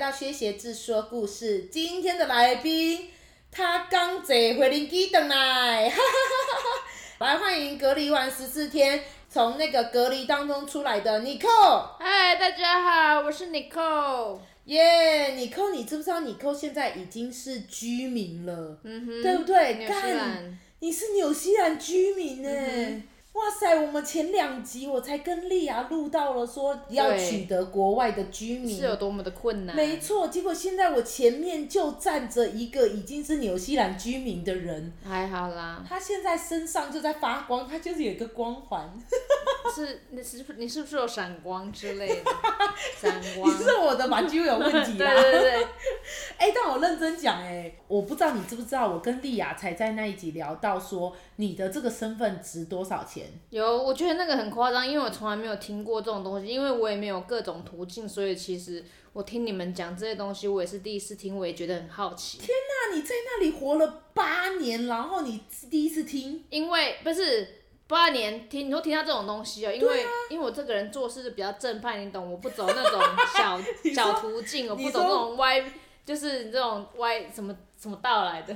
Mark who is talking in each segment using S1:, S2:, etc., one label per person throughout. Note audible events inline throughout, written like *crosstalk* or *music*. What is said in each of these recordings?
S1: 到薛鞋志说故事。今天的来宾，他刚坐回灵机等来， *laughs* 哈哈哈哈哈！来欢迎隔离完十四天，从那个隔离当中出来的 Nicole。
S2: 嗨，大家好，我是 Nicole。
S1: 耶、你扣你知不知道？你扣现在已经是居民了，
S2: 嗯哼，
S1: 对不对？
S2: 纽西
S1: 干，
S2: 兰，
S1: 你是纽西兰居民呢、
S2: 嗯
S1: 哇塞！我们前两集我才跟莉亚录到了，说要
S2: 对
S1: 取得国外的居民
S2: 是有多么的困难？
S1: 没错，结果现在我前面就站着一个已经是纽西兰居民的人，
S2: 还好
S1: *laughs*
S2: 啦。
S1: 他现在身上就在发光，他就是有一个光环。
S2: 是你是不你是不是有闪光之
S1: *laughs*
S2: 类的？闪
S1: 你 *laughs*
S2: 光。
S1: 是我的吧？就有问题啊
S2: 对
S1: 啦。
S2: *laughs* 对对对，
S1: 哎、但我认真讲，哎，我不知道你知不知道，我跟丽雅才在那一集聊到说，你的这个身份值多少钱？
S2: 有，我觉得那个很夸张，因为我从来没有听过这种东西，因为我也没有各种途径，所以其实我听你们讲这些东西，我也是第一次听，我也觉得很好奇。
S1: 那你在那里活了八年，然后你第一次听，
S2: 因为不是八年听你说听到这种东西哦、因
S1: 啊
S2: 为、因为我这个人做事比较正派，你懂，我不走那种小
S1: *laughs* 你说
S2: 小途径，我
S1: 你
S2: 不
S1: 说
S2: 走这种歪，就是你这种歪什么什么道来的，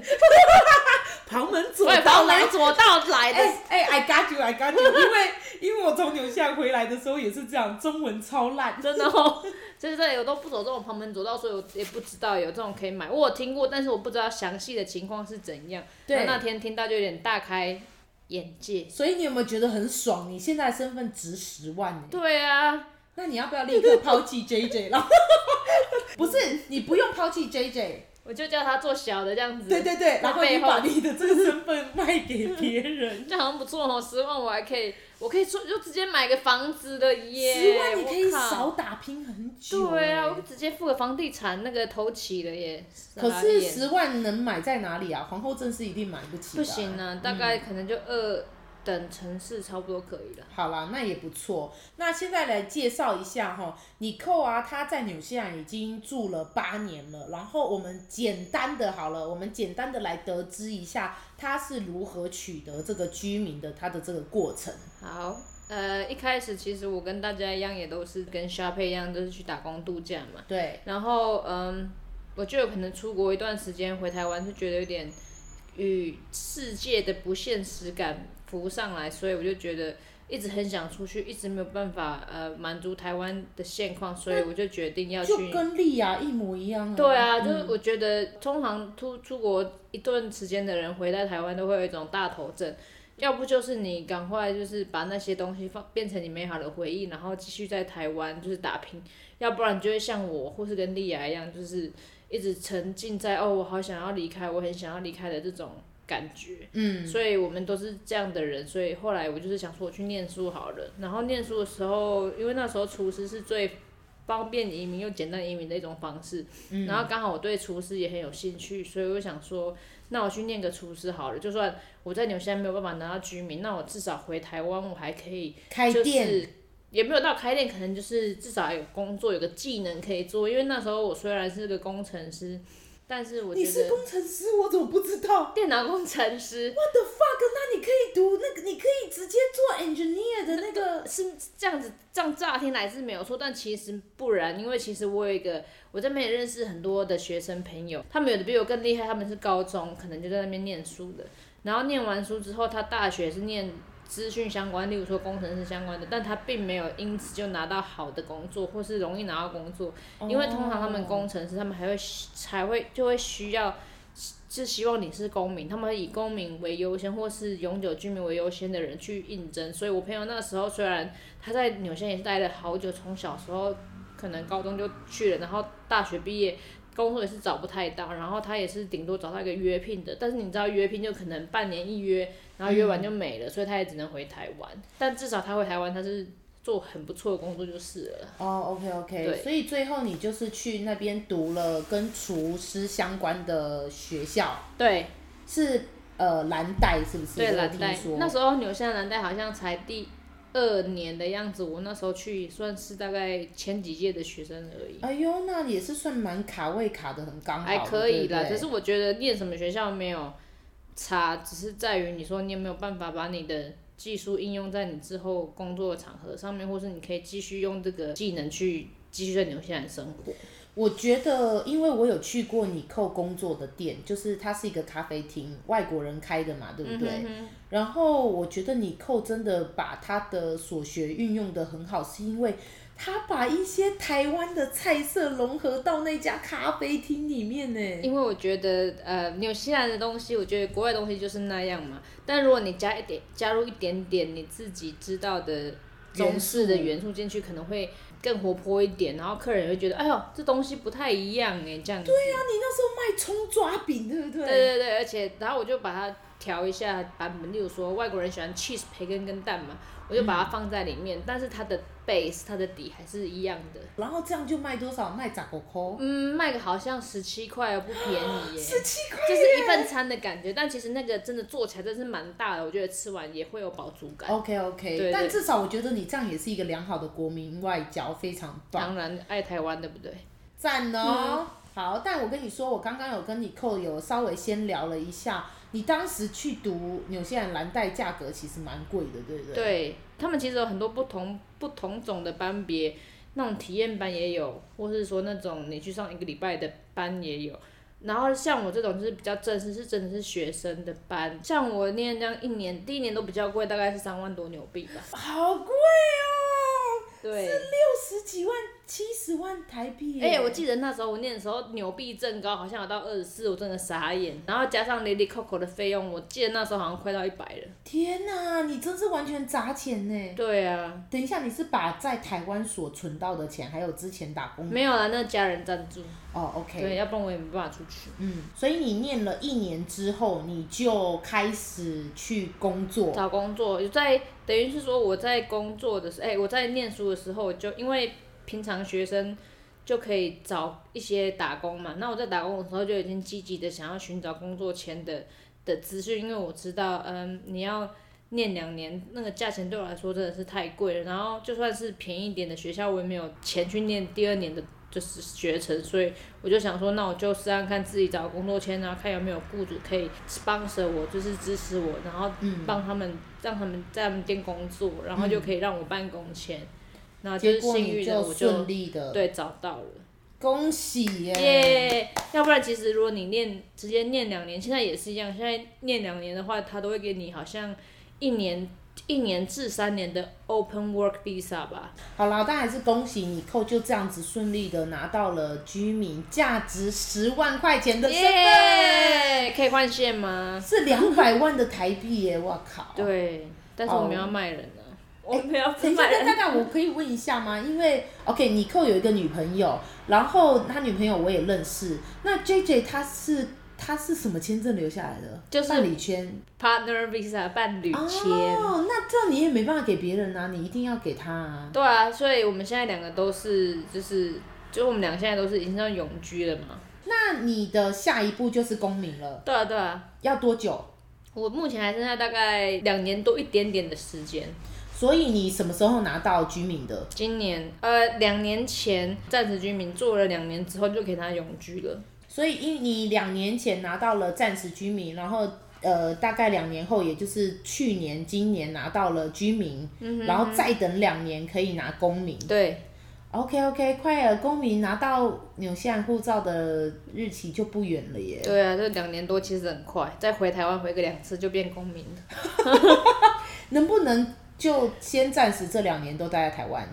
S1: 旁门左
S2: 对，
S1: 道
S2: 旁
S1: 来
S2: 门左道来的。
S1: 哎哎、i got you，I got you，因为因为我从纽西兰回来的时候也是这样，中文超烂。
S2: *laughs* 真的哦，就是这里我都不走这种旁门左道，所以我也不知道有这种可以买。我有听过，但是我不知道详细的情况是怎样。
S1: 对
S2: 那那天听到就有点大开眼界。
S1: 所以你有没有觉得很爽？你现在身份值十万呢、
S2: 对啊，
S1: 那你要不要立刻抛弃 JJ *laughs* 了？不是，你不用抛弃 JJ，
S2: 我就叫他做小的这样子。
S1: 对对对，然后你
S2: 背后。
S1: 把你的这个身份卖给别人 *laughs*
S2: 这好像不错哦，十万我还可以，我可以说就直接买个房子的耶，
S1: 十万你可以
S2: 我靠
S1: 少打拼很久、
S2: 对啊，我直接付个房地产那个头期了耶。
S1: 可
S2: 傻
S1: 是
S2: 眼
S1: 十万能买在哪里啊？皇后镇是一定买不起的、
S2: 不行。啊，
S1: 嗯
S2: 大概可能就二等城市差不多可以了。
S1: 好啦，那也不错。那现在来介绍一下哈，你扣啊，他在纽西兰已经住了八年了。然后我们简单的好了，我们简单的来得知一下他是如何取得这个居民的他的这个过程。
S2: 好，呃，一开始其实我跟大家一样，也都是跟 s h a p 一样，都是去打工度假嘛。
S1: 对，
S2: 然后嗯，我就有可能出国一段时间，回台湾就觉得有点与世界的不现实感浮上来，所以我就觉得一直很想出去，一直没有办法呃满足台湾的现况，所以我就决定要去
S1: 就。跟莉亚一模一样啊。
S2: 对啊，就是我觉得通常出出国一段时间的人回到台湾都会有一种大头症，要不就是你赶快就是把那些东西放变成你美好的回忆，然后继续在台湾就是打拼，要不然你就会像我或是跟莉亚一样，就是一直沉浸在哦我好想要离开，我很想要离开的这种感觉。
S1: 嗯，
S2: 所以我们都是这样的人，所以后来我就是想说我去念书好了。然后念书的时候，因为那时候厨师是最方便移民又简单移民的一种方式，
S1: 嗯
S2: 然后刚好我对厨师也很有兴趣，所以我就想说，那我去念个厨师好了。就算我在纽西兰没有办法拿到居民，那我至少回台湾我还可以
S1: 开店、
S2: 就是也没有到开店，可能就是至少有工作，有个技能可以做。因为那时候我虽然是个工程师，但是我觉
S1: 你是
S2: 得
S1: 工程师，我怎么不知道
S2: 电脑工程师
S1: ？What the fuck？那你可以读那个，你可以直接做 engineer 的那个。
S2: 是这样子，这样乍听来是没有错，但其实不然，因为其实我有一个，我这边也认识很多的学生朋友，他们有的比我更厉害，他们是高中可能就在那边念书的，然后念完书之后，他大学是念资讯相关，例如说工程师相关的，但他并没有因此就拿到好的工作，或是容易拿到工作，因为通常他们工程师，他们还会才会就会需要，是希望你是公民，他们以公民为优先，或是永久居民为优先的人去应征。所以我朋友那时候虽然他在纽西兰也是待了好久，从小时候可能高中就去了，然后大学毕业。工作也是找不太到，然后他也是顶多找到一个约聘的，但是你知道约聘就可能半年一约，然后约完就没了，所以他也只能回台湾。但至少他回台湾，他是做很不错的工作就是了。
S1: 哦、o k OK，
S2: 对
S1: 所以最后你就是去那边读了跟厨师相关的学校，
S2: 对，
S1: 是呃蓝带是不是？
S2: 对
S1: 我有
S2: 蓝带
S1: 听，说
S2: 那时候纽西兰蓝带好像才第二年的样子，我那时候去算是大概前几届的学生而已，
S1: 哎呦，那也是算蛮卡位卡的，很刚好的，
S2: 还可
S1: 对
S2: 以啦。
S1: 不对
S2: 可是我觉得念什么学校没有差，只是在于你说你有没有办法把你的技术应用在你之后工作的场合上面，或是你可以继续用这个技能去继续在纽西兰生活。
S1: 我觉得，因为我有去过你扣工作的店，就是它是一个咖啡厅，外国人开的嘛，对
S2: 嗯
S1: 不对？然后我觉得你扣真的把他的所学运用的很好，是因为他把一些台湾的菜色融合到那家咖啡厅里面呢。
S2: 因为我觉得，呃，纽西兰的东西，我觉得国外的东西就是那样嘛。但如果你加一点，加入一点点你自己知道的中式的元素进去，可能会更活泼一点，然后客人也会觉得，哎呦，这东西不太一样哎，这样子。
S1: 那你那时候卖葱抓饼，对不对？
S2: 对对对，而且然后我就把它调一下版本，例如说外国人喜欢 cheese 培根跟蛋嘛，我就把它放在里面，但是它的 base 它的底还是一样的。
S1: 然后这样就卖多少？卖咋个扣？
S2: 嗯，卖个好像十七块哦，不便宜耶，
S1: 十七块。
S2: 就是一份餐的感觉。但其实那个真的做起来真的是蛮大的，我觉得吃完也会有饱足感。
S1: OK OK，
S2: 对对
S1: 但至少我觉得你这样也是一个良好的国民外交，非常棒。
S2: 当然爱台湾，对不对？
S1: 赞
S2: 嗯
S1: 哦。好，但我跟你说，我刚刚有跟你扣有稍微先聊了一下，你当时去读纽西兰蓝带价格其实蛮贵的，对不对？。
S2: 对他们其实有很多不同不同种的班别，那种体验班也有，或是说那种你去上一个礼拜的班也有。然后像我这种就是比较正式，是真的是学生的班。像我念这样一年，第一年都比较贵，大概是三万多纽币吧。
S1: 好贵哦，
S2: 对，
S1: 六十几万、七十万台币耶。
S2: 哎、我记得那时候我念的时候，纽币正高好像有到二十四，我真的傻眼。然后加上 Lily Coco 的费用，我记得那时候好像快到一百了。
S1: 天哪，你真是完全砸钱呢！
S2: 对啊，
S1: 等一下，你是把在台湾所存到的钱，还有之前打工
S2: 没有啦，那家人赞助，
S1: 哦，OK，
S2: 对，要不然我也没办法出去。
S1: 嗯，所以你念了一年之后，你就开始去工作，
S2: 找工作，在等于是说我在工作的时候，哎、我在念书的时候就因为平常学生就可以找一些打工嘛，那我在打工的时候就已经积极的想要寻找工作前的的资讯，因为我知道，嗯，你要念两年，那个价钱对我来说真的是太贵了，然后就算是便宜一点的学校，我也没有钱去念第二年的。就是学程，所以我就想说，那我就试看看自己找工作签啊，看有没有雇主可以 sponsor 我，就是支持我，然后
S1: 嗯，
S2: 帮他们，让他们在他们店工作，然后就可以让我办工签，然后就
S1: 结
S2: 是
S1: 果
S2: 幸
S1: 你
S2: 运的
S1: 就
S2: 我就
S1: 顺利的，
S2: 对找到了，
S1: 恭喜耶！
S2: 耶、要不然其实如果你念直接念两年，现在也是一样，现在念两年的话，他都会给你好像一年一年至三年的 open work visa
S1: *laughs*
S2: 吧，
S1: 好啦，但还是恭喜你扣就这样子顺利的拿到了居民价值十万块钱的身份
S2: 耶、可以换线吗？
S1: 是两百万的台币耶！我靠，
S2: 对，但是我们要卖人啊，我们要
S1: 哦等一下，
S2: 卖
S1: 那
S2: 人，
S1: 大概我可以问一下吗？因为 OK，你扣有一个女朋友，然后他女朋友我也认识。那 J J 他是他是什么签证留下来的？
S2: 就是
S1: 伴侣签。
S2: partner visa 伴侣签。
S1: 哦，那这样你也没办法给别人啊，你一定要给他啊。
S2: 对啊，所以我们现在两个都是，就是，就我们两个现在都是已经算永居了嘛。
S1: 那你的下一步就是公民了，
S2: 对啊，对啊，
S1: 要多久？
S2: 我目前还剩下大概两年多一点点的时间。
S1: 所以你什么时候拿到居民的？
S2: 今年，呃，两年前暂时居民做了两年之后就给他永居了。
S1: 所以因你两年前拿到了暂时居民，然后呃大概两年后，也就是去年、今年拿到了居民，
S2: 嗯
S1: 然后再等两年可以拿公民。
S2: 对，
S1: OK OK，快了，公民拿到纽西兰护照的日期就不远了耶。
S2: 对啊，这两年多其实很快，再回台湾回个两次就变公民了。
S1: 能不能就先暂时这两年都待在台湾？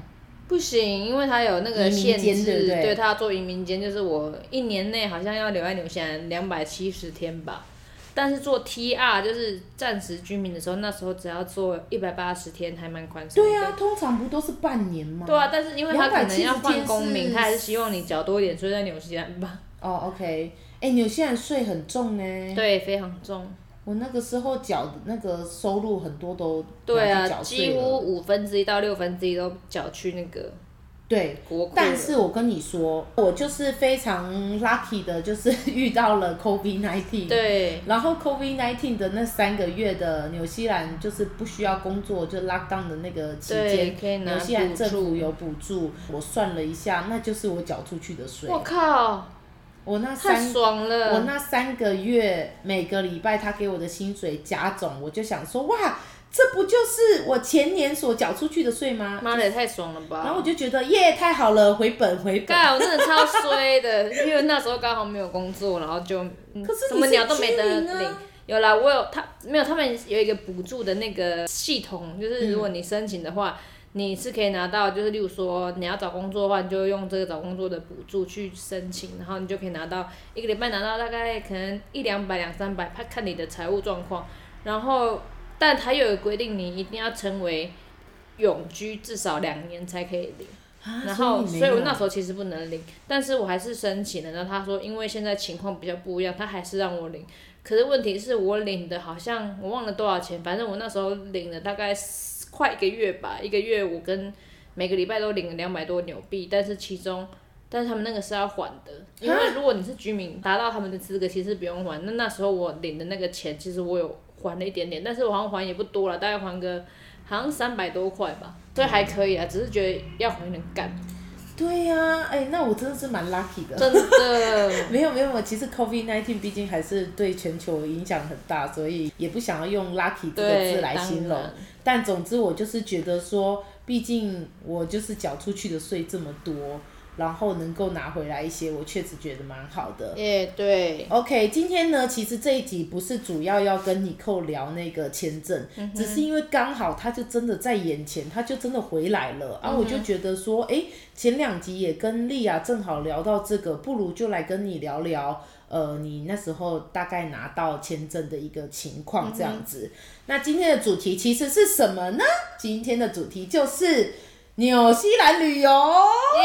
S2: 不行，因为他有那个
S1: 移民
S2: 限
S1: 监
S2: 制，
S1: 对不对
S2: 他要做移民监，就是我一年内好像要留在纽西兰两百七十天吧。但是做 TR 就是暂时居民的时候，那时候只要做一百八十天，还蛮宽松的。
S1: 对啊，通常不都是半年吗？
S2: 对啊，但是因为他可能要
S1: 270天
S2: 换公民，
S1: 是
S2: 他还是希望你缴多一点税在纽西
S1: *laughs*
S2: 兰吧。
S1: 哦，OK，哎，纽西兰税很重呢。
S2: 对，非常重。
S1: 我那个时候缴的那个收入很多都
S2: 对
S1: 拿去
S2: 啊，
S1: 缴
S2: 几
S1: 税
S2: 乎
S1: 了。
S2: 五分之一到六分之一都缴去那个
S1: 对，
S2: 国库了。
S1: 但是我跟你说，我就是非常 lucky 的，就是 *laughs* 遇到了 COVID nineteen。。
S2: 对，
S1: 然后 COVID nineteen 的那三个月的纽西兰就是不需要工作，就 lockdown 的那个期
S2: 对
S1: 间，
S2: 可以拿
S1: 纽西兰
S2: 补
S1: 政
S2: 助
S1: 府有补助。我算了一下，那就是我缴出去的税。
S2: 我靠，
S1: 我那
S2: 太
S1: 三
S2: 爽了！
S1: 我那三个月每个礼拜他给我的薪水加总，我就想说哇，这不就是我前年所缴出去的税吗？
S2: 妈的也太爽了
S1: 然后
S2: 吧！
S1: 我就觉得耶，太好了，回本回本。
S2: 干，我真的超衰的，因为那时候刚好没有工作，然后就嗯
S1: 可是
S2: 什
S1: 你
S2: 么
S1: 是
S2: 鸟都没得
S1: 居民啊
S2: 领。有啦，我有他没有，他们有一个补助的那个系统，就是如果你申请的话，你是可以拿到，就是例如说你要找工作的话，你就用这个找工作的补助去申请，然后你就可以拿到一个礼拜拿到大概可能一两百两三百，看看你的财务状况。然后，但它又有规定，你一定要成为永居至少两年才可以领。
S1: 啊
S2: 然后，
S1: 所
S2: 所
S1: 以
S2: 以我那时
S1: 候
S2: 候其实不能领，但是我还是申请了。然后他说，因为现在情况比较不一样，他还是让我领。可是问题是我领的好像我忘了多少钱，反正我那时候领了大概四快一个月吧，一个月我跟每个礼拜都领了两百多纽币，但是其中。但是他们那个是要还的，因为如果你是居民，达到他们的资格，其实不用还。那那时候我领的那个钱，其实我有还了一点点，但是我好像还也不多了，大概还个好像三百多块吧，所以还
S1: 嗯
S2: 可以啊，只是觉得要还有点干。
S1: 对呀、哎、那我真的是蛮 lucky 的。
S2: 真的。
S1: 没有没有，我其实 COVID nineteen 毕竟还是对全球影响很大，所以也不想要用 lucky 这个字
S2: 对，
S1: 来形容
S2: 当。然
S1: 但总之，我就是觉得说，毕竟我就是缴出去的税这么多，然后能够拿回来一些，我确实觉得蛮好的。
S2: *laughs* 耶、对，
S1: OK，今天呢，其实这一集不是主要要跟你扣聊那个签证，只是因为刚好他就真的在眼前，他就真的回来了，啊，我就觉得说，诶，前两集也跟丽亚正好聊到这个，不如就来跟你聊聊，呃，你那时候大概拿到签证的一个情况这样子。那今天的主题其实是什么呢？今天的主题就是纽西兰旅游。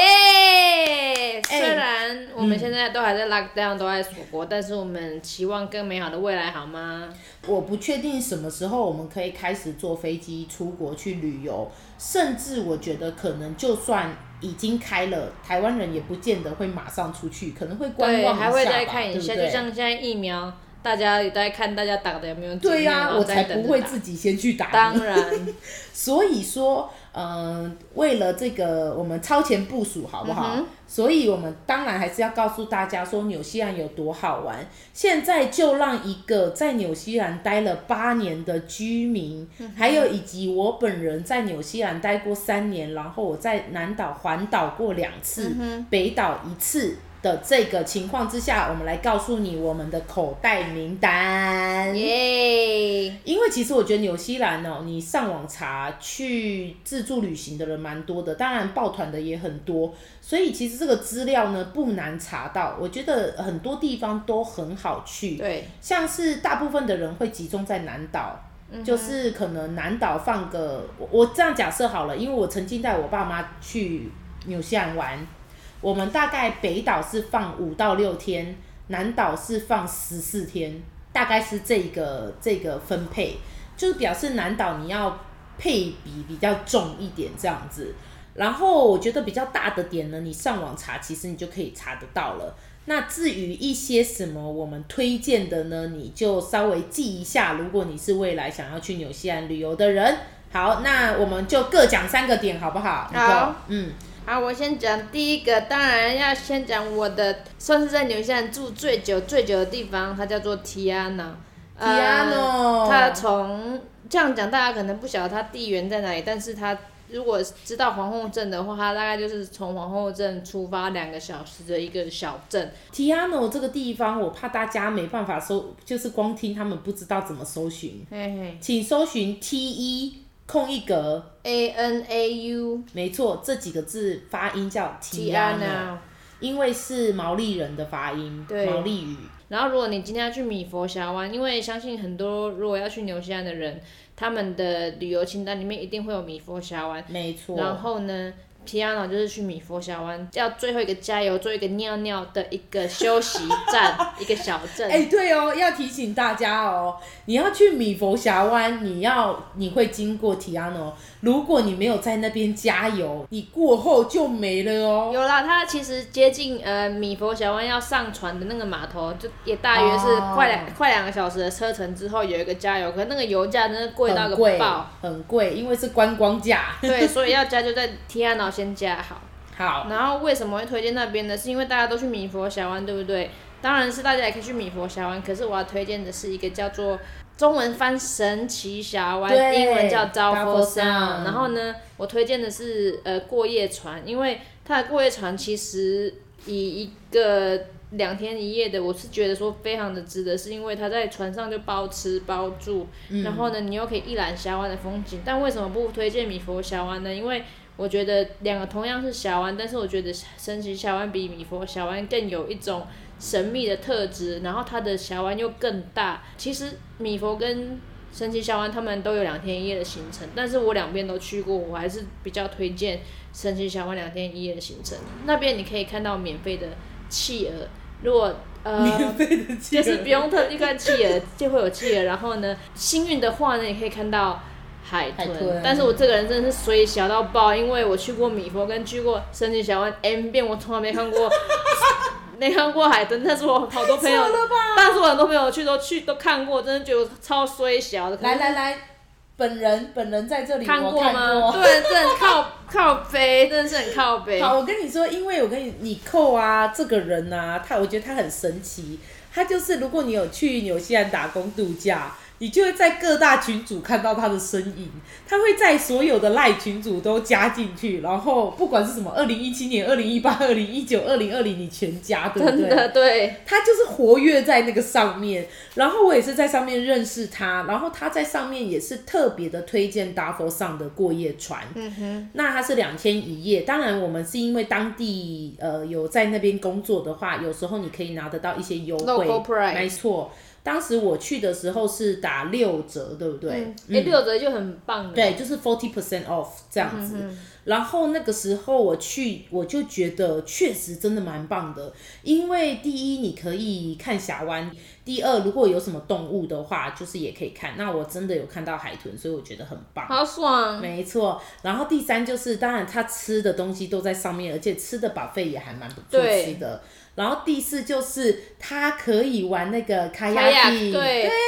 S2: 耶、
S1: 哎
S2: 虽然我们现在都还在 lockdown，、都在锁国，但是我们期望更美好的未来，好吗？
S1: 我不确定什么时候我们可以开始坐飞机出国去旅游，甚至我觉得可能就算已经开了，台湾人也不见得会马上出去，可能会观
S2: 对，
S1: 望一
S2: 还会
S1: 下
S2: 再
S1: 吧
S2: 看一
S1: 对
S2: 下，就
S1: 不对？
S2: 像现在疫苗，大家也在看大家打的有没有经
S1: 对
S2: 验
S1: 呀、
S2: 然后
S1: 我
S2: 再
S1: 才
S2: 等
S1: 不
S2: 着
S1: 会
S2: 打
S1: 自己先去打。
S2: 当然， *laughs*
S1: 所以说，嗯、为了这个，我们超前部署，好不好？所以我们当然还是要告诉大家说，纽西兰有多好玩。现在就让一个在纽西兰待了八年的居民，还有以及我本人在纽西兰待过三年，然后我在南岛环岛过两次，北岛一次。的这个情况之下，我们来告诉你我们的口袋名单。
S2: 耶、
S1: 因为其实我觉得纽西兰哦，你上网查去自助旅行的人蛮多的，当然抱团的也很多，所以其实这个资料呢不难查到。我觉得很多地方都很好去，
S2: 对，
S1: 像是大部分的人会集中在南岛，就是可能南岛放个我我这样假设好了，因为我曾经带我爸妈去纽西兰玩，我们大概北岛是放五到六天，南岛是放十四天，大概是这个这个分配，就是表示南岛你要配比比较重一点这样子。然后我觉得比较大的点呢，你上网查，其实你就可以查得到了。那至于一些什么我们推荐的呢，你就稍微记一下。如果你是未来想要去纽西兰旅游的人，好，那我们就各讲三个点，好不好？
S2: 好，
S1: 嗯，
S2: 好，我先讲第一个，当然要先讲我的，算是在纽西兰住最久最久的地方，它叫做 Tiana。
S1: Tiano
S2: 呃、它从这样讲，大家可能不晓得它地缘在哪里，但是它如果知道皇后镇的话，它大概就是从皇后镇出发两个小时的一个小镇。
S1: Tiano 这个地方，我怕大家没办法搜，就是光听他们不知道怎么搜寻，
S2: 嘿嘿
S1: 请搜寻 T 一空一格，
S2: ，A N A U
S1: 没错，这几个字发音叫 Tiano，
S2: Tiana。
S1: 因为是毛利人的发音，
S2: 对
S1: 毛利语。
S2: 然后，如果你今天要去米佛峡湾，因为相信很多如果要去纽西兰的人，他们的旅游清单里面一定会有米佛峡湾。
S1: 没错，
S2: 然后呢，Piano 就是去米佛峡湾，要最后一个加油，做一个尿尿的一个休息 *laughs* 站，一个小镇。
S1: 哎、对哦，要提醒大家哦，你要去米佛峡湾，你要你会经过 Tiano，如果你没有在那边加油，你过后就没了哦。
S2: 有啦，它其实接近呃米佛峡湾要上船的那个码头，就也大约是
S1: 哦
S2: 快两、快两个小时的车程之后有一个加油，可是那个油价真的贵到
S1: 很
S2: 个
S1: 贵 *laughs*
S2: 爆。，
S1: 很贵，因为是观光价。
S2: 对，所以要加就在 Tiano 先加好。
S1: 好，
S2: 然后为什么会推荐那边呢？是因为大家都去米佛峡湾，对不对？当然是大家也可以去米佛峡湾，可是我要推荐的是一个叫做中文翻《神奇峡湾》，
S1: 对
S2: 英文叫《招
S1: Draffle
S2: Sound》。
S1: Sound
S2: 然后呢，我推荐的是呃过夜船，因为它的过夜船其实以一个两天一夜的，我是觉得说非常的值得，是因为它在船上就包吃包住，
S1: 嗯
S2: 然后呢你又可以一览峡湾的风景。但为什么不推荐米佛峡湾呢？因为我觉得两个同样是峡湾，但是我觉得神奇峡湾比米佛峡湾更有一种神秘的特质，然后它的峡湾又更大。其实米佛跟神奇峡湾他们都有两天一夜的行程，但是我两边都去过，我还是比较推荐神奇峡湾两天一夜的行程。那边你可以看到免费的企鹅，如果呃
S1: 免。费的企
S2: 就
S1: 鹅
S2: 是不用特地看企鹅，就会有企鹅。然后呢，幸运的话呢，也可以看到海豚。
S1: 海豚
S2: 但是我这个人真的是水小到爆，因为我去过米佛跟去过神奇峡湾 N 遍，我从来没看过 *laughs* 没看过海豚。但是我好多朋友
S1: 错，了吧？
S2: 但是我很多朋友去都去都看过，真的觉得我超水小的。可
S1: 来
S2: 是
S1: 来来，本人本人在这里，
S2: 看
S1: 我
S2: 过
S1: 看
S2: 吗？
S1: 过。
S2: 对，真的很靠靠背，真的是很靠背。
S1: 好，我跟你说，因为我跟你你扣啊，这个人啊，他我觉得他很神奇，他就是如果你有去纽西兰打工度假。你就会在各大群组看到他的身影，他会在所有的赖群组都加进去，然后不管是什么，二零一七年、二零一八、二零一九、二零二零，你全加，对不
S2: 真
S1: 对？
S2: 的对，
S1: 他就是活跃在那个上面，然后我也是在上面认识他，然后他在上面也是特别的推荐 Duffel 上的过夜船，
S2: 嗯哼，
S1: 那它是两天一夜。当然，我们是因为当地呃有在那边工作的话，有时候你可以拿得到一些优惠
S2: Local price
S1: 没错，当时我去的时候是打六折，对不对？
S2: 嗯，哎、六折就很棒了。
S1: 对，就是 forty percent off 这样
S2: 嗯
S1: 子。然后那个时候我去，我就觉得确实真的蛮棒的，因为第一你可以看峡湾，第二如果有什么动物的话，就是也可以看。那我真的有看到海豚，所以我觉得很棒。
S2: 好爽，
S1: 没错，然后第三就是，当然他吃的东西都在上面，而且吃的 buffet 也还蛮不错
S2: 对
S1: 吃的。然后第四就是他可以玩那个开
S2: 哎呀
S1: 亚，地，
S2: 对。 *laughs*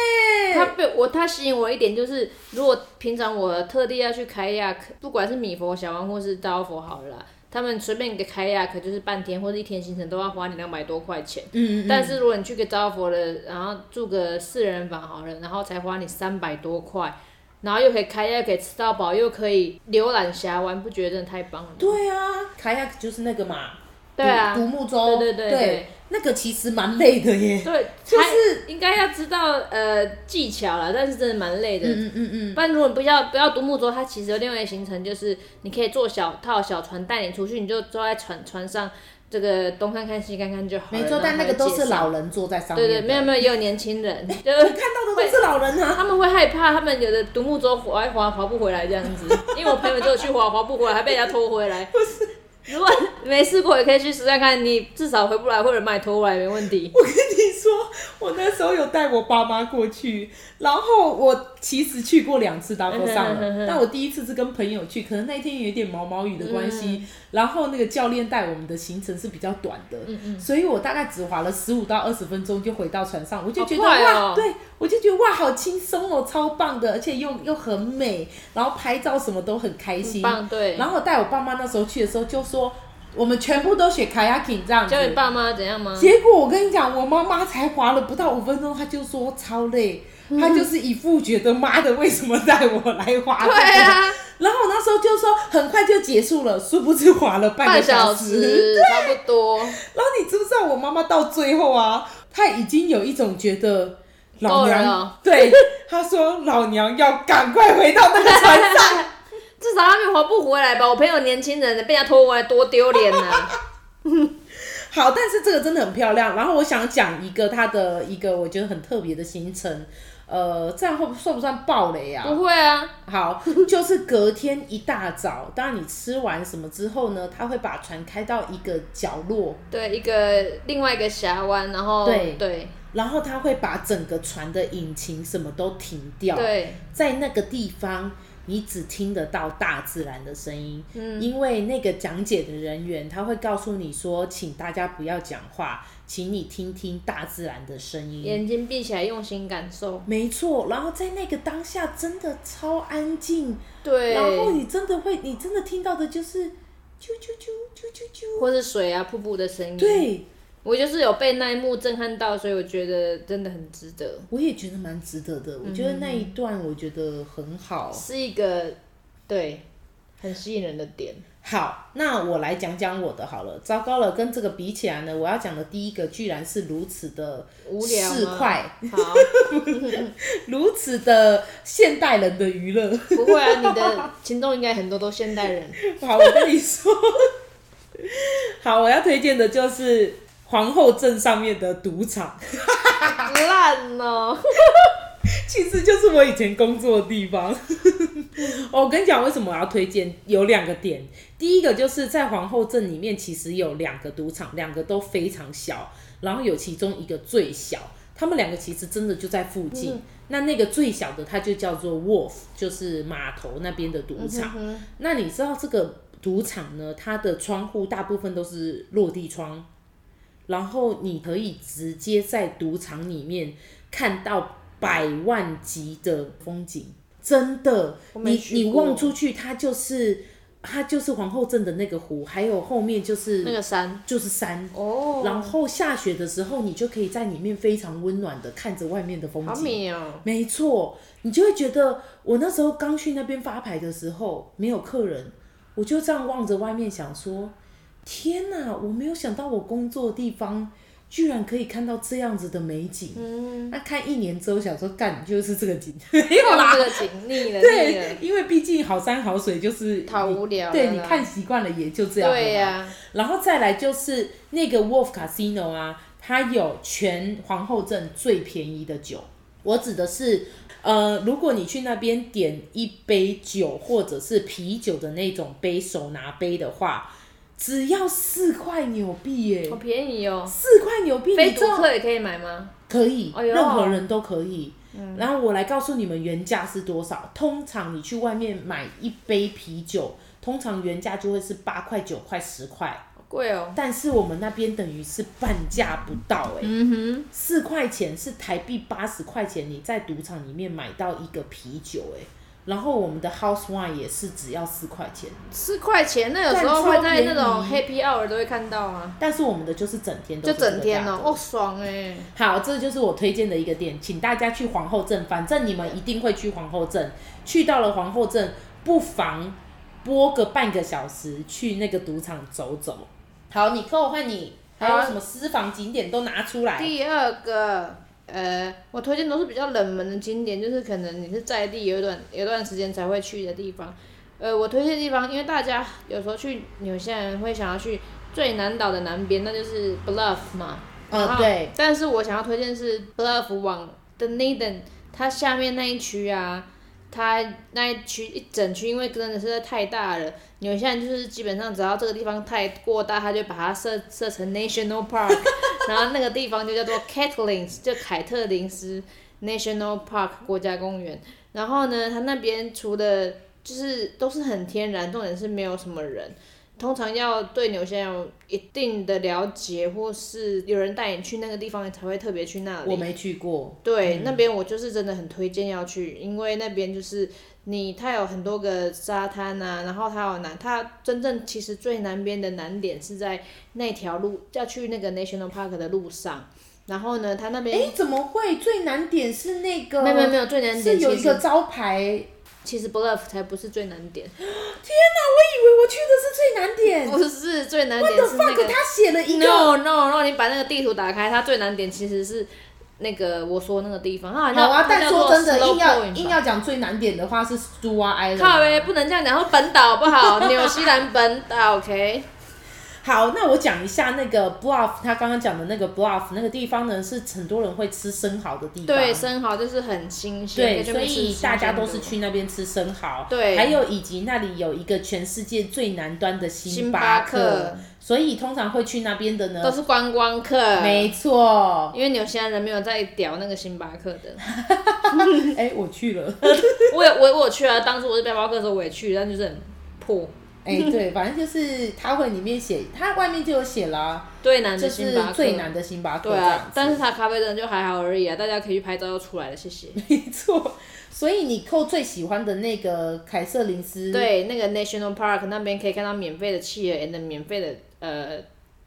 S2: 他被我他吸引我一点就是，如果平常我特地要去开亚克，不管是米佛、小王或是刀佛好了啦，他们随便一个开亚克就是半天或者一天行程都要花你两百多块钱。
S1: 嗯嗯
S2: 但是如果你去个招佛的，然后住个四人房好了，然后才花你三百多块，然后又可以开亚克可以吃到饱，又可以浏览峡湾，不觉得真的太棒了吗？
S1: 对啊，开亚就是那个嘛，
S2: 对啊
S1: 独独木舟，
S2: 对对对对
S1: 那个其实蛮累的耶，
S2: 对，
S1: 就是
S2: 还应该要知道呃技巧啦，但是真的蛮累的。
S1: 嗯嗯嗯，
S2: 不然如果你不要不要独木舟，它其实有另外一个行程，就是你可以坐小套小船带你出去，你就坐在船船上，这个东看看西看看就好了。
S1: 没错，
S2: 然后
S1: 但那个
S2: 还有
S1: 都
S2: 介
S1: 是
S2: 绍
S1: 老人坐在上面
S2: 对
S1: 的，
S2: 对，没有没有，也有年轻
S1: *laughs*
S2: 人，就
S1: 我看到的都是老人啊，
S2: 他们会害怕，他们有的独木舟划一划划不回来这样
S1: *laughs*
S2: 子。因为我朋友就有去划划不回来，还被人家拖回来。不是，如果没试过也可以去试试看，你至少回不来，或者买拖回来没问题。
S1: *laughs* 我跟你说，我那时候有带我爸妈过去，然后我其实去过两次 double 上
S2: 嗯哼嗯哼
S1: 了，但我第一次是跟朋友去，可能那天有一点毛毛雨的关系，
S2: 嗯
S1: 然后那个教练带我们的行程是比较短的，
S2: 嗯
S1: 所以我大概只滑了十五到二十分钟就回到船上，我就觉得、
S2: 好快哦
S1: 哇，对我就觉得哇，好轻松哦，超棒的，而且又又很美，然后拍照什么都很开
S2: 很
S1: 心。
S2: 棒，对。
S1: 然后我带我爸妈那时候去的时候就说，我们全部都学 kayaking 这样子，
S2: 教你爸妈怎样吗？
S1: 结果我跟你讲，我妈妈才滑了不到五分钟，她就说超累，
S2: 嗯
S1: 她就是一副觉得妈的为什么带我来滑这个。
S2: 对啊。
S1: 然后我那时候就说很快就结束了，殊不知滑了半
S2: 半
S1: 个
S2: 小
S1: 时。
S2: 时差不多，
S1: 然后你知不知道我妈妈到最后啊，她已经有一种觉得老
S2: 够了
S1: 娘对她说老娘要赶快回到那个船上。
S2: *laughs*
S1: *laughs*
S2: 至少他们划不回来吧？我朋友年轻人被人家拖回来多丢脸呐！
S1: 好，但是这个真的很漂亮。然后我想讲一个她的一个我觉得很特别的行程，呃，这样会不算不算暴雷啊？
S2: *laughs* 不会啊，
S1: 好， *laughs* 就是隔天一大早，当你吃完什么之后呢，他会把船开到一个角落，
S2: 对一个另外一个峡湾，然后
S1: 对
S2: 对
S1: 然后他会把整个船的引擎什么都停掉，
S2: 对，
S1: 在那个地方。你只听得到大自然的声音，
S2: 嗯
S1: 因为那个讲解的人员他会告诉你说，请大家不要讲话，请你听听大自然的声音。
S2: 眼睛闭起来，用心感受。
S1: 没错，然后在那个当下真的超安静，
S2: 对，
S1: 然后你真的会，你真的听到的就是啾啾啾啾啾啾，
S2: 或是水啊、瀑布的声音。，
S1: 对，
S2: 我就是有被那一幕震撼到，所以我觉得真的很值得，
S1: 我也觉得蛮值得的。
S2: 嗯
S1: 我觉得那一段我觉得很好。
S2: 是一个对很吸引人的点。
S1: 好，那我来讲讲我的好了。糟糕了，跟这个比起来呢，我要讲的第一个居然是如此的
S2: 无聊吗
S1: 市侩，
S2: 好，
S1: 如此的现代人的娱乐。
S2: *laughs*
S1: *laughs*
S2: 不会啊，你的听众应该很多都现代人。
S1: 好，我跟你说， *laughs* 好，我要推荐的就是皇后镇上面的赌场，
S2: *laughs* 烂哦、
S1: *laughs* 其实就是我以前工作的地方。 *laughs* 我跟你讲，为什么我要推荐？有两个点，第一个就是在皇后镇里面，其实有两个赌场，两个都非常小，然后有其中一个最小，他们两个其实真的就在附近。那那个最小的，它就叫做 Wolf，就是码头那边的赌场。那你知道这个赌场呢，它的窗户大部分都是落地窗，然后你可以直接在赌场里面看到百万级的风景，真的，
S2: 我没
S1: 你
S2: 去
S1: 你
S2: 过
S1: 望出去，它就是它就是皇后镇的那个湖，还有后面就是、
S2: 那个山
S1: 就是山。
S2: 哦
S1: 然后下雪的时候，你就可以在里面非常温暖的看着外面的风
S2: 好
S1: 景。
S2: 美哦、
S1: 没错，你就会觉得我那时候刚去那边发牌的时候没有客人，我就这样望着外面想说：天哪！我没有想到我工作的地方居然可以看到这样子的美景。
S2: 嗯，
S1: 那看一年之后想说，干就是这个景， *laughs*
S2: 没有啦，这个景腻了，腻了
S1: 对，，因为毕竟好山好水就是
S2: 好
S1: 你
S2: 无聊了啦。
S1: 对，你看习惯了也就这样了嘛。
S2: 对呀、
S1: 然后再来就是那个 Wolf Casino 啊，它有全皇后镇最便宜的酒。我指的是，呃，如果你去那边点一杯酒或者是啤酒的那种杯手拿杯的话，只要四块纽币耶
S2: 好，便宜哦、
S1: 四块纽币，
S2: 非
S1: 你
S2: 独
S1: 知道
S2: 客也可以买吗？
S1: 可以，
S2: 哎呦
S1: 任何人都可以。然后我来告诉你们原价是多少。通常你去外面买一杯啤酒，通常原价就会是八块、九块、十块。
S2: 好贵哦、
S1: 但是我们那边等于是半价不到哎、
S2: 嗯
S1: 四块钱是台币八十块钱，你在赌场里面买到一个啤酒哎、然后我们的 house wine 也是只要四块钱，
S2: 哼，四块钱，那有时候会在那种 Happy Hour 都会看到啊，
S1: 但是我们的就是整天都
S2: 就是
S1: 这个
S2: 整天
S1: 价
S2: 哦、
S1: 格
S2: 哦爽哎、
S1: 好，这就是我推荐的一个店，请大家去皇后镇，反正你们一定会去皇后镇。去到了皇后镇，不妨拨个半个小时去那个赌场走走。好，你扣换你，还有
S2: 好啊
S1: 什么私房景点都拿出来。
S2: 第二个，呃，我推荐都是比较冷门的景点，就是可能你是在地有一段有一段时间才会去的地方。呃，我推荐的地方，因为大家有时候去纽西兰会想要去最南岛的南边，那就是 Bluff 嘛。然
S1: 嗯，
S2: 后
S1: 对，。
S2: 但是我想要推荐是 Bluff 往的 n a d e n 它下面那一区啊，它那一区一整区，因为真的是太大了。纽西兰就是基本上只要这个地方太过大，它就把它设设成 National Park，然 *laughs* 后那个地方就叫做 Catlins，就凯特林斯 National Park 国家公园。然后呢，它那边除了就是都是很天然，重点是没有什么人。通常要对纽西兰有一定的了解，或是有人带你去那个地方，你才会特别去那
S1: 我
S2: 里。
S1: 没去过，
S2: 对，那边我就是真的很推荐要去，因为那边就是你，它有很多个沙滩啊，然后它有南，它真正其实最南边的难点是在那条路要去那个 National Park 的路上，然后呢，它那边、
S1: 哎，怎么会？最难点是那个，
S2: 没有没有没有最难
S1: 是
S2: 点
S1: 有
S2: 其
S1: 一个
S2: 实
S1: 招牌。天
S2: 其实 Bluff 才不是最难点，
S1: 哪，我以为我去的是最难点。
S2: *laughs* 不是最难
S1: What
S2: 点
S1: the
S2: 是那
S1: fuck？
S2: 个
S1: 他写了一个
S2: No no no！你把那个地图打开，它最难点其实是那个我说那个地方啊。那
S1: 好啊，但说真的，硬要硬
S2: 硬
S1: 要讲最难点的话是 Stua
S2: 靠
S1: Island。
S2: 呗，不能这样讲，说本岛不
S1: *laughs*
S2: 好，纽西兰本岛 OK。
S1: 好，那我讲一下那个 Bluff，他刚刚讲的那个 Bluff 那个地方呢，是很多人会吃生蚝的地方。
S2: 对，生蚝就是很新鲜，
S1: 啊对，
S2: 可
S1: 所
S2: 去吃新
S1: 以
S2: 鲜
S1: 大家
S2: 的
S1: 都是去那边吃生蚝。
S2: 对
S1: 还有以及那里有一个全世界最南端的星
S2: 星巴
S1: 克，
S2: 克
S1: 所以通常会去那边的
S2: 都
S1: 呢，
S2: 是观光客，
S1: 没错， *laughs*
S2: 因为纽西兰人没有在屌那个星巴克的。 *laughs*
S1: 哎、我去了。
S2: 我有我我有去啊，当初我是背包客的时候我也去，但就是很破。
S1: 哎、对，反正就是它会里面写，它外面就有写了啊、
S2: 最难
S1: 就
S2: 的星巴
S1: 是
S2: 克，
S1: 最难的星巴克
S2: 对
S1: 这样
S2: 啊
S1: 子。，
S2: 但是它咖啡真的就还好而已啊，大家可以去拍照就出来了，谢谢。
S1: 没错，所以你扣最喜欢的那个凯瑟琳斯，
S2: 对，那个 National Park 那边可以看到免费的企鹅 and 免费的呃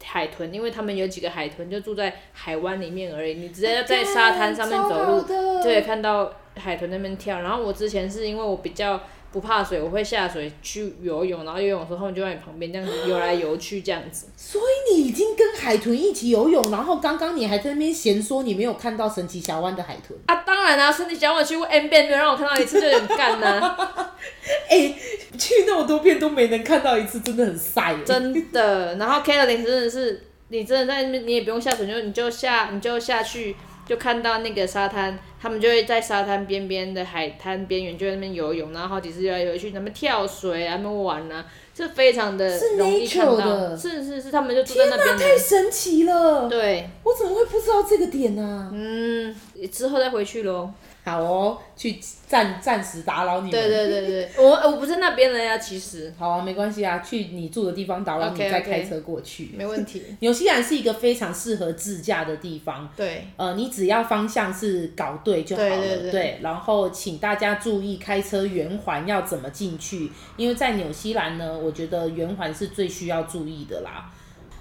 S2: 海豚，因为他们有几个海豚就住在海湾里面而已，你直接在沙滩上面走路，
S1: 路
S2: 就可以看到海豚那边跳。然后我之前是因为我比较不怕水，我会下水去游泳，然后游泳的时候他们就在你旁边这样子游来游去这样子。
S1: 所以你已经跟海豚一起游泳，然后刚刚你还在那边嫌说你没有看到神奇峡湾的海豚。
S2: 啊，当然啦、啊，身体想我去过 N 遍，没有让我看到一次就有点干啊呐、
S1: *laughs* 哎、去那么多遍都没能看到一次，真的很晒哦耶。
S2: 真的。然后 k a t h e r i n 真的是，你真的在那边，你也不用下水，就你就下你就下去，就看到那个沙滩，他们就会在沙滩边边的海滩边缘就在那边游泳，然后好几次游来游去，他们跳水啊，他们玩啊，这非常的
S1: 是
S2: 容易看
S1: natural
S2: 到。
S1: 的
S2: 是是是，他们就住在那边
S1: 太
S2: 的。
S1: 神奇了！
S2: 对，
S1: 我怎么会不知道这个点呢、
S2: 嗯，之后再回去喽。
S1: 好哦，去暂暂时打扰你们。
S2: 对对对对，我我不是那边人呀、其实
S1: 好啊，没关系啊，去你住的地方打扰你
S2: OK，OK
S1: 再开车过去。
S2: 没问题。
S1: 纽西兰是一个非常适合自驾的地方，
S2: 对，
S1: 呃，你只要方向是搞对就好了，
S2: 对对对
S1: 然后请大家注意开车圆环要怎么进去，因为在纽西兰呢，我觉得圆环是最需要注意的啦。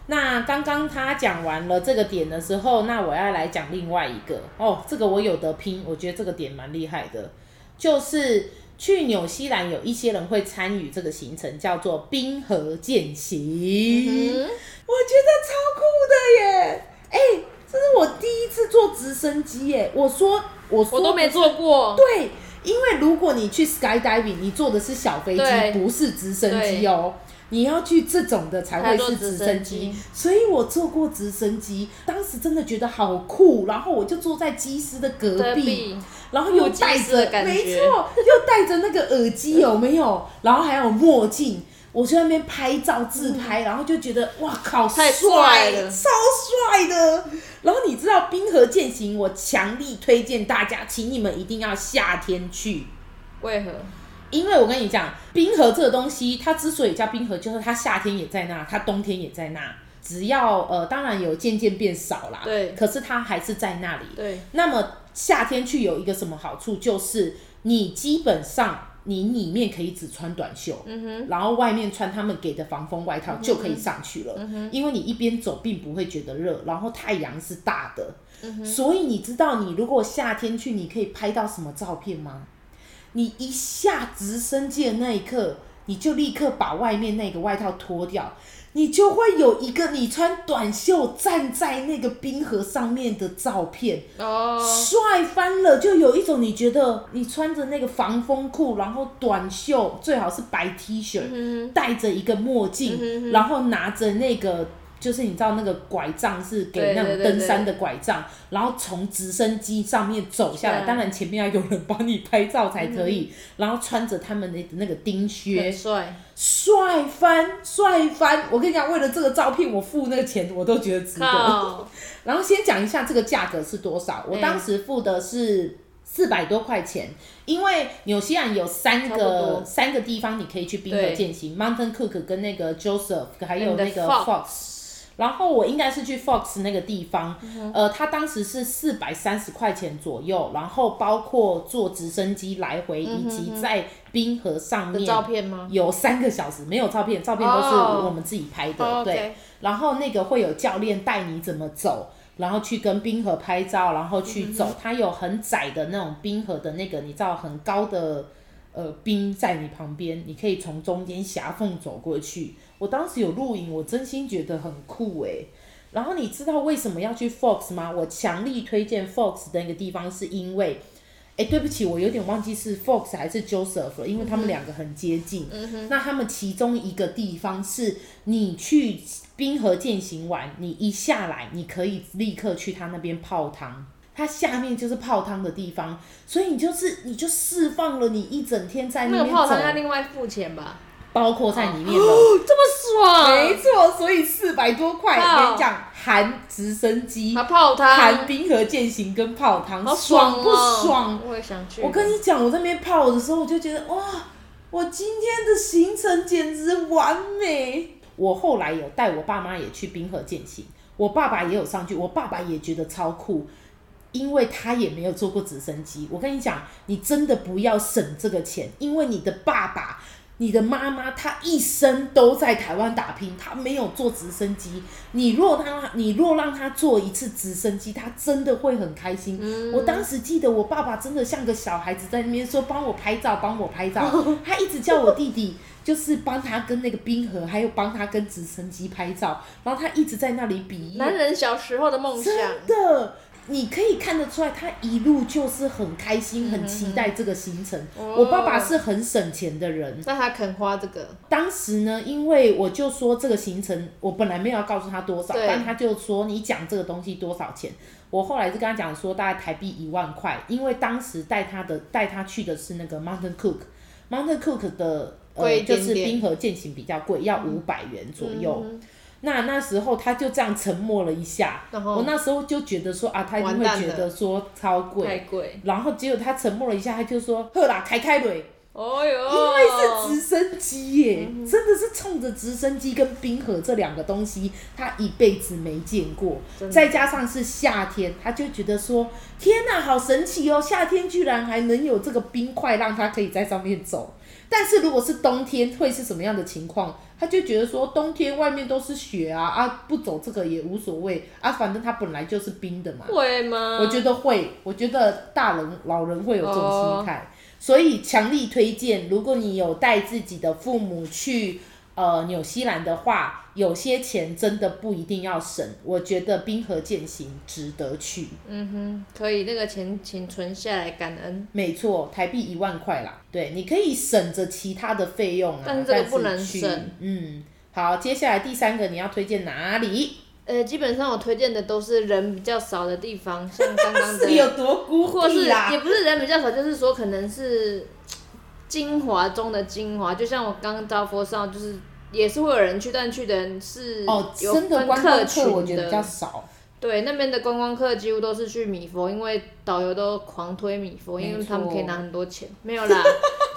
S1: 那刚刚他讲完了这个点的时候，那我要来讲另外一个哦，这个我有得拼，我觉得这个点蛮厉害的，就是去纽西兰有一些人会参与这个行程，叫做冰河践行。
S2: 嗯，
S1: 我觉得超酷的耶！哎、这是我第一次坐直升机耶！我说，我说
S2: 我都没做过。
S1: 对，因为如果你去 skydiving，你坐的是小飞
S2: 对
S1: 机，不是直升机哦。你要去这种的才会
S2: 才坐
S1: 是
S2: 直
S1: 直
S2: 升
S1: 升
S2: 机
S1: 机，所以我坐过直升机，当时真的觉得好酷，然后我就坐在机师的隔
S2: 隔
S1: 壁，
S2: 壁
S1: 然后又戴
S2: 目击式的
S1: 着，
S2: 感觉
S1: 没错，又戴着那个耳机，有没有？然后还有墨镜，我去那边拍照自拍，然后就觉得哇靠，
S2: 嗯太帅
S1: 帅
S2: 了
S1: 超帅的。然后你知道冰河践行，我强力推荐大家，请你们一定要夏天去。
S2: 为何？
S1: 因为我跟你讲，冰河这个东西，它之所以叫冰河，就是它夏天也在那，它冬天也在那。只要呃，当然有渐渐变少啦，
S2: 对
S1: 可是它还是在那里。
S2: 对，
S1: 那么夏天去有一个什么好处，就是你基本上你里面可以只穿短袖，
S2: 嗯哼，
S1: 然后外面穿他们给的防风外套就可以上去了，
S2: 嗯
S1: 因为你一边走并不会觉得热，然后太阳是大的，
S2: 嗯
S1: 所以你知道你如果夏天去，你可以拍到什么照片吗？你一下直升机的那一刻，你就立刻把外面那个外套脱掉，你就会有一个你穿短袖站在那个冰河上面的照片，
S2: 哦，
S1: 帅翻了，就有一种你觉得你穿着那个防风裤，然后短袖，最好是白 T 恤，
S2: 嗯
S1: 戴着一个墨镜，然后拿着那个。就是你知道那个拐杖是
S2: 对
S1: 给那
S2: 对
S1: 种
S2: 对
S1: 登山的拐杖，然后从直升机上面走下来，
S2: 对嗯
S1: 当然前面要有人帮你拍照才可以，然后穿着他们的那个钉
S2: 哼，
S1: 靴
S2: 很，帅，
S1: 帅翻帅翻！我跟你讲，为了这个照片，我付那个钱我都觉得值得。
S2: 靠，
S1: 然后先讲一下这个价格是多少，
S2: 嗯
S1: 我当时付的是四百多块钱，因为纽西兰有三
S2: 差不多
S1: 个三个地方你可以去冰河
S2: 对
S1: 践行，Mountain Cook 跟那个 Joseph 还有
S2: And the
S1: 那个
S2: Fox
S1: Fox。然后我应该是去 Fox 那个地方，
S2: 嗯
S1: 呃，它当时是四百三十块钱左右，然后包括坐直升机来回，以
S2: 嗯
S1: 及在冰河上
S2: 的
S1: 面
S2: 照片吗？
S1: 有三个小时，没有照片，照片都是
S2: 哦
S1: 我们自己拍的，
S2: 哦
S1: 对。
S2: ，OK
S1: 然后那个会有教练带你怎么走，然后去跟冰河拍照，然后去走。它有很窄的那种冰河的那个，你知道很高的呃冰在你旁边，你可以从中间狭缝走过去。我当时有录影，我真心觉得很酷欸诶、然后你知道为什么要去 Fox 吗？我强力推荐 Fox 的那个地方，是因为，哎，对不起，我有点忘记是 Fox 还是 Joseph 了，因为他们两个很接近。
S2: 嗯
S1: 那他们其中一个地方是你去冰河践行完，你一下来，你可以立刻去他那边泡汤。它下面就是泡汤的地方，所以你就是你就释放了你一整天在
S2: 那
S1: 那
S2: 个
S1: 边
S2: 泡汤要
S1: 走，
S2: 另外付钱吧？
S1: 包括在里面了。
S2: 哦，这么
S1: 没
S2: 爽，
S1: 错，所以四百多块，
S2: 靠
S1: 我跟你讲，含直升机
S2: 还、泡
S1: 含
S2: 汤，
S1: 冰河践行跟泡汤，
S2: 啊好
S1: 爽
S2: 哦
S1: 不爽？
S2: 我也想去。
S1: 我跟你讲，我在那边泡的时候，我就觉得哇，我今天的行程简直完美。我后来有带我爸妈也去冰河践行，我爸爸也有上去，我爸爸也觉得超酷。因为他也没有坐过直升机。我跟你讲，你真的不要省这个钱，因为你的爸爸你的妈妈她一生都在台湾打拼，她没有坐直升机。你若她，你若让她坐一次直升机，她真的会很开心。
S2: 嗯
S1: 我当时记得我爸爸真的像个小孩子在那边说帮我拍照，帮我拍照，
S2: *laughs*
S1: 他一直叫我弟弟。就是帮他跟那个冰河，还有帮他跟直升机拍照，然后他一直在那里比耶
S2: 男人小时候的梦想，
S1: 真的，你可以看得出来，他一路就是很开心，很期待这个行程。
S2: 哦
S1: 我爸爸是很省钱的人，
S2: 那他肯花这个，
S1: 当时呢，因为我就说这个行程，我本来没有要告诉他多少，
S2: 对
S1: 但他就说你讲这个东西多少钱。我后来是跟他讲说大概台币一万块，因为当时带他的带他去的是那个 Mountain Cook，Mountain Cook 的
S2: 贵
S1: 呃
S2: 一
S1: 就
S2: 点嗯
S1: 是
S2: 点
S1: 冰河践行比较贵，要五百元左右。那那时候他就这样沉默了一下，
S2: 然后
S1: 我那时候就觉得说啊，他一定
S2: 完
S1: 会
S2: 蛋
S1: 觉
S2: 了
S1: 得说超贵，
S2: 太贵，
S1: 然后结果他沉默了一下，他就说呵啦，开开蕊。
S2: 哦嗯哟，
S1: 因为是直升机耶，真的是冲着直升机跟冰河这两个东西，他一辈子没见过。
S2: 真的
S1: 再加上是夏天，他就觉得说：“天哪、好神奇哦！夏天居然还能有这个冰块，让他可以在上面走。”但是如果是冬天，会是什么样的情况？他就觉得说，冬天外面都是雪啊，啊，不走这个也无所谓啊，反正它本来就是冰的嘛。
S2: 会吗？
S1: 我觉得会，我觉得大人老人会有这种心
S2: 哦
S1: 态，所以强力推荐，如果你有带自己的父母去呃纽西兰的话，有些钱真的不一定要省，我觉得冰河践行值得去，
S2: 嗯哼，可以，那个钱请存下来感恩，
S1: 没错，台币一万块啦，对，你可以省着其他的费用啊，但
S2: 但是这个不能
S1: 去
S2: 省，
S1: 嗯，好，接下来第三个你要推荐哪里？
S2: 呃，基本上我推荐的都是人比较少的地方，像刚刚的
S1: 你 *laughs* 有多孤
S2: 或是
S1: 僻啦？
S2: 也不是人比较少，就是说可能是精华中的精华，就像我刚刚到佛上，就是也是会有人去，但去的人是
S1: 哦，
S2: 有
S1: 真的
S2: 分
S1: 观光
S2: 群
S1: 客我觉得比较
S2: 的。
S1: 少。
S2: 对，那边的观光客几乎都是去米佛，因为导游都狂推米佛，因
S1: 没
S2: 为
S1: 错
S2: 他们可以拿很多钱。没有啦，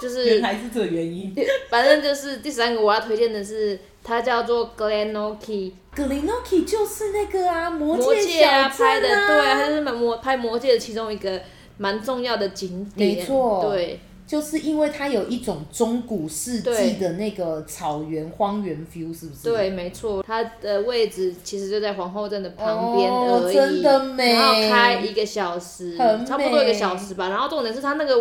S2: 就是
S1: 原来是这个原因。
S2: 反正就是第三个我要推荐的是，它叫做 Glenoki，
S1: 格林诺基就是那个啊，魔
S2: 魔
S1: 界
S2: 界
S1: 小
S2: 啊
S1: 镇
S2: 拍的，对啊，它是蛮魔拍魔界的其中一个蛮重要的景点，
S1: 没错
S2: 对，
S1: 就是因为它有一种中古世纪的那个草原荒原 feel，是不是？
S2: 对，没错，它的位置其实就在皇后镇的旁边
S1: 哦
S2: 而已，
S1: 真的美
S2: 然后开一个小时，
S1: 很美
S2: 差不多一个小时吧。然后重点是它那个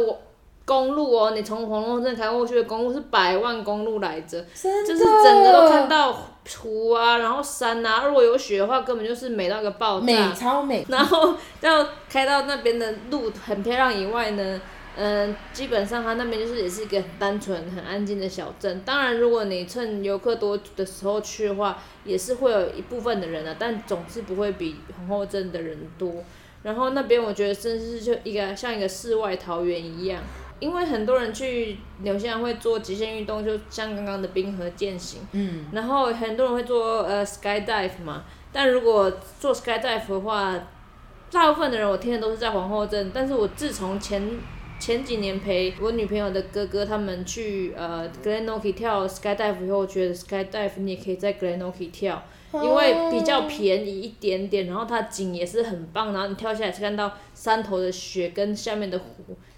S2: 公路哦，你从皇后镇开过去的公路是百万公路来着，
S1: 真的，
S2: 就是整个都看到湖啊，然后山啊，如果有雪的话，根本就是美到一个爆炸。
S1: 美超美。
S2: 然后要开到那边的路很漂亮以外呢，嗯、基本上它那边就是也是一个很单纯、很安静的小镇。当然，如果你趁游客多的时候去的话，也是会有一部分的人啊，但总是不会比皇后镇的人多。然后那边我觉得真是就一个像一个世外桃源一样，因为很多人去纽西兰会做极限运动，就像刚刚的冰河健行，
S1: 嗯，
S2: 然后很多人会做呃 skydive 嘛，但如果做 skydive 的话，大部分的人我听的都是在皇后镇，但是我自从前前几年陪我女朋友的哥哥他们去呃 Glenoki 跳 skydive 以后，我觉得 skydive 你也可以在 Glenoki 跳，因为比较便宜一点点，然后它景也是很棒，然后你跳下来是看到山头的雪跟下面的湖，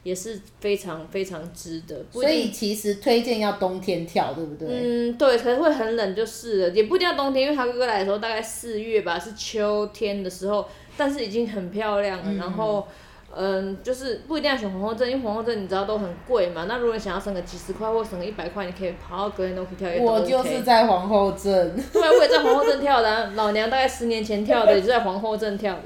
S2: 也是非常非常值得。不
S1: 所
S2: 一定
S1: 以其实推荐要冬天跳，对不对？
S2: 嗯，对，可能会很冷就是了，也不一定要冬天，因为他哥哥来的时候大概四月吧，是秋天的时候，但是已经很漂亮了。然后，嗯，就是不一定要选皇后镇，因为皇后镇你知道都很贵嘛。那如果你想要省个几十块或省个一百块，你可以跑到格林都可以跳也都 OK。
S1: 我就是在皇后镇，
S2: 对，我也在皇后镇跳的啊、老娘大概十年前跳的，也是在皇后镇跳的。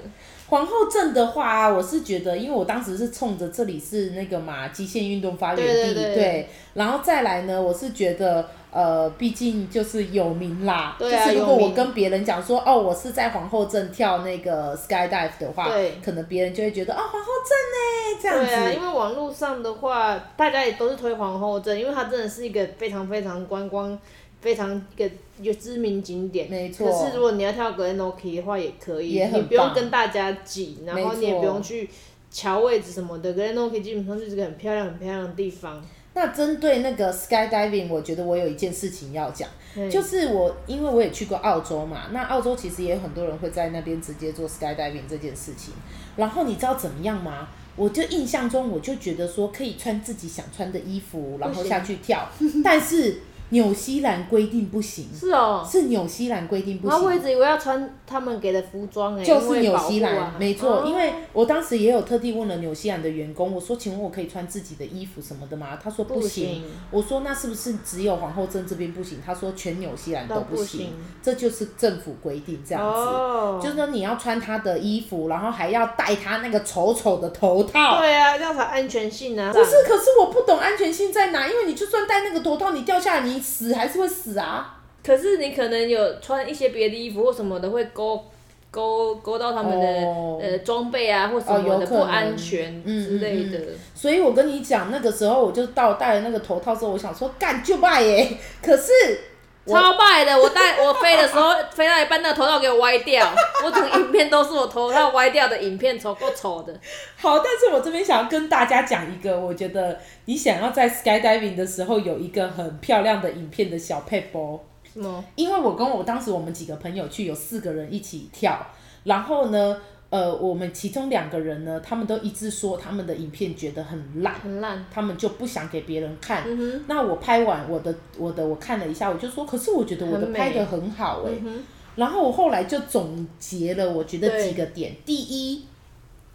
S1: 皇后镇的话、我是觉得，因为我当时是冲着这里是那个嘛极限运动发源地，
S2: 对对对
S1: 然后再来呢，我是觉得。呃，毕竟就是有名啦，
S2: 对啊
S1: 就是如果
S2: 有
S1: 我
S2: 名
S1: 跟别人讲说，哦，我是在皇后镇跳那个 skydive 的话
S2: 对，
S1: 可能别人就会觉得，哦，皇后镇呢，这样
S2: *laughs* 对啊，
S1: 子，
S2: 因为网络上的话，大家也都是推皇后镇，因为它真的是一个非常非常观光、非常一个有知名景点。
S1: 没
S2: 可是如
S1: 错，
S2: 果你要跳格兰 Noki 的话，也可以，
S1: 也很棒
S2: 你不用跟大家挤，然
S1: 没
S2: 后
S1: 错
S2: 你也不用去瞧位置什么的。格兰 Noki 基本上就是一个很漂亮、很漂亮的地方。
S1: 那针对那个 skydiving，我觉得我有一件事情要讲，
S2: 嗯
S1: 就是我因为我也去过澳洲嘛，那澳洲其实也有很多人会在那边直接做 skydiving 这件事情。然后你知道怎么样吗？我就印象中我就觉得说可以穿自己想穿的衣服，然后下去跳，但是纽西兰规定不行，
S2: 是哦。
S1: 是纽西兰规定不
S2: 然后我一
S1: 行。
S2: 直以为要穿他们给的服装哎、欸，
S1: 就是
S2: 因为
S1: 纽
S2: 保护
S1: 西兰，
S2: 啊、
S1: 没错，
S2: 哦
S1: 因为我当时也有特地问了纽西兰的员工，我说：“请问我可以穿自己的衣服什么的吗？”他说：“
S2: 不
S1: 行。”我说：“那是不是只有皇后镇这边不行？”他说：“全纽西兰
S2: 都
S1: 不
S2: 不行
S1: 这就是政府规定这样子。
S2: 哦，
S1: 就是说你要穿他的衣服，然后还要戴他那个丑丑的头套。
S2: 对啊，要啥安全性啊？
S1: 不是，可是我不懂安全性在哪，因为你就算戴那个头套，你掉下来你死还是会死啊。
S2: 可是你可能有穿一些别的衣服或什么的，会勾勾勾到他们的、
S1: 哦
S2: 呃装备啊或什
S1: 哦有
S2: 么的、
S1: 可
S2: 不
S1: 能嗯
S2: 安全之类的。
S1: 所以我跟你讲，那个时候我就到戴了那个头套之后，我想说干就卖耶，可是我
S2: 超败的！我带我飞的时候， *laughs* 飞到一半，那头套给我歪掉，我整个影片都是我头套歪掉的影片，丑够丑的。
S1: 好，但是我这边想要跟大家讲一个，我觉得你想要在 skydiving 的时候有一个很漂亮的影片的小配包。
S2: 什么？
S1: 因为我跟我当时我们几个朋友去，有四个人一起跳，然后呢，呃，我们其中两个人呢，他们都一致说他们的影片觉得很烂，
S2: 很烂。
S1: 他们就不想给别人看。
S2: 嗯哼，
S1: 那我拍完我的我的我看了一下，我就说，可是我觉得我的
S2: 很美
S1: 拍的很好哎、
S2: 嗯哼，
S1: 然后我后来就总结了，我觉得
S2: 对
S1: 几个点，第一。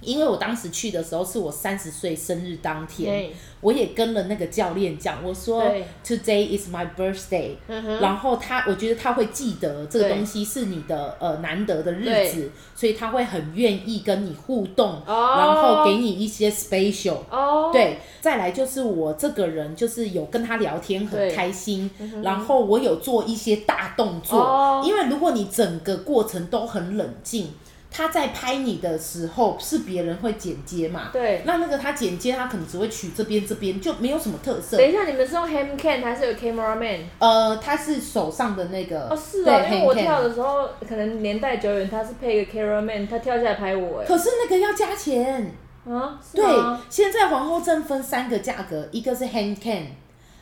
S1: 因为我当时去的时候是我三十岁生日当天，
S2: 对，
S1: 我也跟了那个教练讲，我说
S2: 对
S1: Today is my birthday，
S2: 嗯哼，
S1: 然后他，我觉得他会记得这个东西是你的呃难得的日子，所以他会很愿意跟你互动，
S2: 哦
S1: 然后给你一些 special。
S2: 哦，，
S1: 对，再来就是我这个人就是有跟他聊天很
S2: 对嗯
S1: 开心，然后我有做一些大动作，
S2: 哦
S1: 因为如果你整个过程都很冷静，他在拍你的时候是别人会剪接嘛，
S2: 对
S1: 那那个他剪接他可能只会取这边这边就没有什么特色，
S2: 等一下，你们是用 ham can 还是有 camera man？
S1: 呃，他是手上的那个
S2: 哦，是
S1: 对
S2: 哦，因为我
S1: hand cam
S2: 跳的时候可能年代久远，他是配一个 camera man，他跳下来拍我，哎，
S1: 可是那个要加钱。
S2: 啊，是
S1: 对
S2: 吗，
S1: 现在皇后镇分三个价格，一个是 hand can，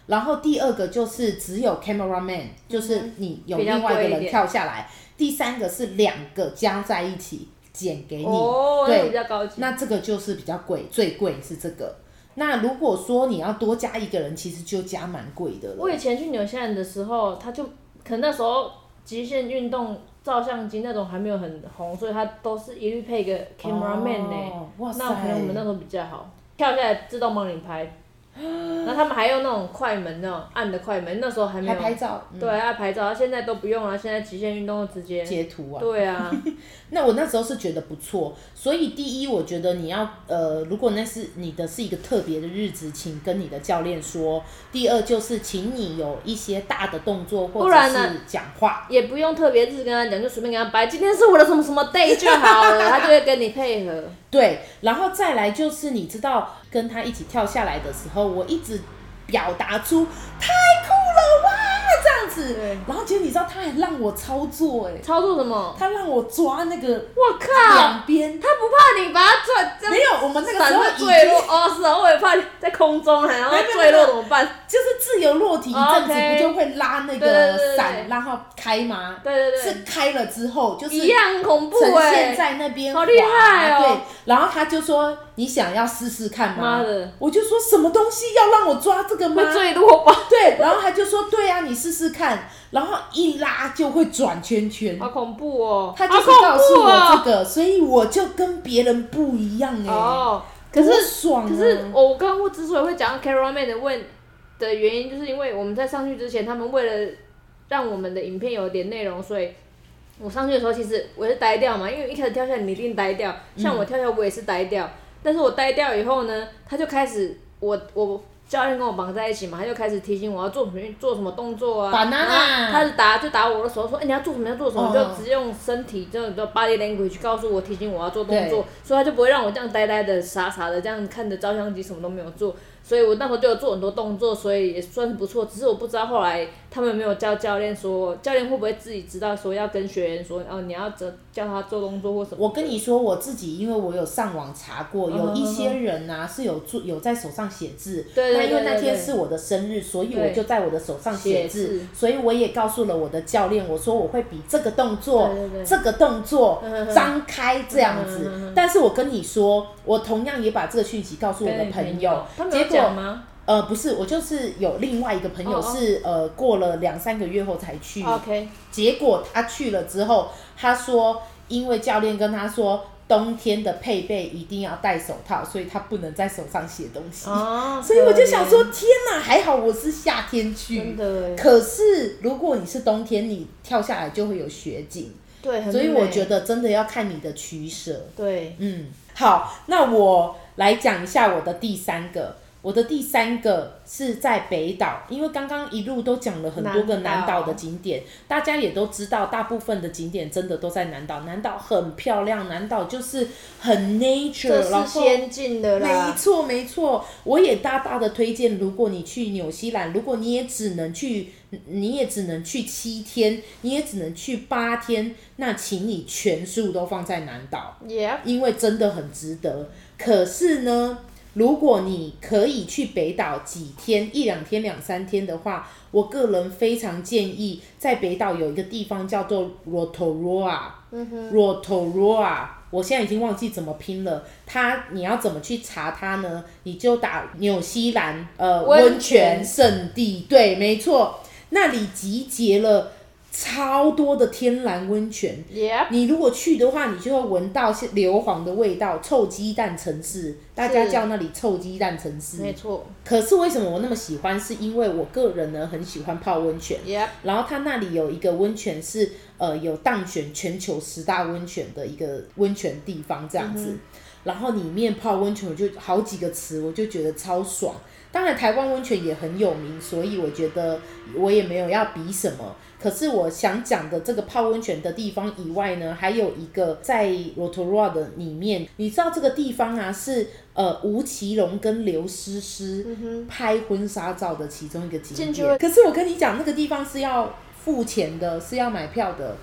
S1: 然后第二个就是只有 camera man，就是
S2: 嗯
S1: 你有
S2: 比较
S1: 另外一
S2: 贵
S1: 个
S2: 一
S1: 人
S2: 点
S1: 跳下来，第三个是两个加在一起剪给你。
S2: 哦，那
S1: 对
S2: 个比较高级，
S1: 那这个就是比较贵，最贵是这个。那如果说你要多加一个人，其实就加蛮贵的
S2: 我
S1: 了。
S2: 以前去纽西兰的时候，他就可能那时候极限运动照相机那种还没有很红，所以他都是一律配一个 camera man 呢、
S1: 哦哇塞
S2: 欸那可能我们那时候比较好，跳下来自动帮你
S1: *gasps*
S2: 拍。然后他们还用那种快门，那种按的快门，那时候还没
S1: 还
S2: 有。
S1: 拍照、嗯、
S2: 对，要拍照，现在都不用了，现在极限运动直接。
S1: 截图啊。
S2: 对啊，
S1: 那我那时候是觉得不错，所以第一，我觉得你要呃，如果那是你的是一个特别的日子，请跟你的教练说；第二就是请你有一些大的动作或
S2: 不
S1: 者
S2: 然呢
S1: 是讲话。
S2: 也不用特别日子跟他讲，就随便跟他掰。今天是我的什么什么 day 就好了，他就会跟你配合。
S1: 对，然后再来就是你知道跟他一起跳下来的时候，我一直表达出太酷了哇这样子
S2: 对，
S1: 然后结果你知道他还让我操作哎、
S2: 操作什么？
S1: 他让我抓那个
S2: 我靠！
S1: 两边，
S2: 他不怕你把他转，这样
S1: 没有，我们那个时
S2: 伞
S1: 候
S2: 会
S1: 已
S2: 坠
S1: 经
S2: 落哦，是啊，我也怕你在空中啊，然后
S1: 没有没有
S2: 坠落怎么办？
S1: 就是自由落体一阵子，
S2: 哦 OK
S1: 不就会拉那
S2: 对对对
S1: 个
S2: 对
S1: 伞
S2: 对
S1: 让它开吗？
S2: 对对对，
S1: 是开了之后，就是
S2: 一样很恐怖
S1: 呈
S2: 哎、
S1: 现在那边滑，
S2: 好厉害哦
S1: 对，然后他就说：“你想要试试看吗
S2: 妈的？”
S1: 我就说：“什么东西要让我抓这个吗
S2: 会坠落吧？？”
S1: 对，然后他就说：“对啊，你试试看。”然后一拉就会转圈圈
S2: 好。恐怖哦，
S1: 他就
S2: 好
S1: 是告
S2: 恐
S1: 诉
S2: 怖
S1: 我
S2: 哦。
S1: 这个，所以我就跟别人不一样哎、
S2: 哦，可是
S1: 多爽、啊，
S2: 可是我刚刚之所以会讲到 cameraman 的问的原因，就是因为我们在上去之前，他们为了让我们的影片有点内容，所以我上去的时候，其实我是呆掉嘛，因为一开始跳下来你一定呆掉，像我跳下来我也是呆
S1: 嗯
S2: 掉，但是我呆掉以后呢，他就开始我我。教练跟我绑在一起嘛，他就开始提醒我要做什么做什么动作啊，
S1: Banana
S2: 然后他就打就打我的手说，哎、你要做什么要做什
S1: 嗯
S2: 么，就直接用身体这种叫 body language 告诉我提醒我要做动啊
S1: 对
S2: 作，所以他就不会让我这样呆呆的、傻傻的这样看着照相机，什么都没有做。所以我那时候就有做很多动作，所以也算是不错。只是我不知道后来他们没有教教练说，教练会不会自己知道说要跟学员说，哦，你要教教他做动作或什么的。
S1: 我跟你说，我自己因为我有上网查过，
S2: 嗯
S1: 有一
S2: 嗯
S1: 些人呐、是有做有在手上写字。
S2: 对
S1: 那
S2: 对
S1: 因为
S2: 对
S1: 那
S2: 对
S1: 天
S2: 对，
S1: 是我的生日，所以我
S2: 对
S1: 就在我的手上写
S2: 写
S1: 字
S2: 字，
S1: 所以我也告诉了我的教练，我说我会比这个动作、
S2: 对对对
S1: 这个动作
S2: 嗯嗯嗯
S1: 张开这样
S2: 嗯嗯嗯
S1: 子
S2: 嗯。
S1: 但是我跟你说，我同样也把这个讯息告诉我的
S2: 跟
S1: 朋友，
S2: 他们
S1: 结
S2: 有
S1: 果
S2: 讲吗
S1: 呃，不是，我就是有另外一个朋友
S2: 哦哦
S1: 是呃过了两三个月后才去，
S2: ？OK，
S1: 结果他去了之后，他说因为教练跟他说冬天的配备一定要戴手套，所以他不能在手上写东西。
S2: 哦，
S1: 所以我就
S2: 可
S1: 想
S2: 怜
S1: 说，，天哪，还好我是夏天
S2: 真
S1: 去。
S2: 的耶，
S1: 可是如果你是冬天，你跳下来就会有雪景，
S2: 对，很
S1: 所以我
S2: 美
S1: 觉得真的要看你的取舍。
S2: 对，
S1: 嗯，好，那我来讲一下我的第三个。我的第三个是在北岛，因为刚刚一路都讲了很多个南
S2: 南
S1: 岛
S2: 岛
S1: 的景点，大家也都知道，大部分的景点真的都在南岛。南岛很漂亮，南岛就是很 nature，
S2: 这
S1: 然
S2: 是
S1: 后
S2: 先进的
S1: 没
S2: 啦，
S1: 错，没错，我也大大的推荐，如果你去纽西兰，如果你也只能去，你也只能去七天，你也只能去八天，那请你全数都放在南岛，
S2: 耶，
S1: 因为真的很值得。可是呢，如果你可以去北岛几天，一两天、两三天的话，我个人非常建议在北岛有一个地方叫做 Rotorua。
S2: 嗯哼，
S1: Rotorua，我现在已经忘记怎么拼了。它你要怎么去查它呢？你就打纽西兰呃
S2: 温
S1: 温泉圣地，对，没错，那里集结了超多的天然温泉。
S2: 耶，
S1: 你如果去的话，你就会闻到是硫磺的味道，臭鸡蛋城市，大家
S2: 是
S1: 叫那里臭鸡蛋城市。
S2: 没错，
S1: 可是为什么我那么喜欢？是因为我个人呢很喜欢泡温泉。
S2: 耶，
S1: 然后它那里有一个温泉是呃有当选全球十大温泉的一个温泉地方这样子，然后里面泡温泉我就好几个池，我就觉得超爽。当然台湾温泉也很有名，所以我觉得我也没有要比什么。可是我想讲的这个泡温泉的地方以外呢，还有一个在 Rotorua 的里面，你知道这个地方啊是呃吴奇隆跟刘诗诗
S2: 嗯哼，
S1: 拍婚纱照的其中一个景
S2: 进去
S1: 点。
S2: 会
S1: 可是我跟你讲，那个地方是要付钱的，是要买票的。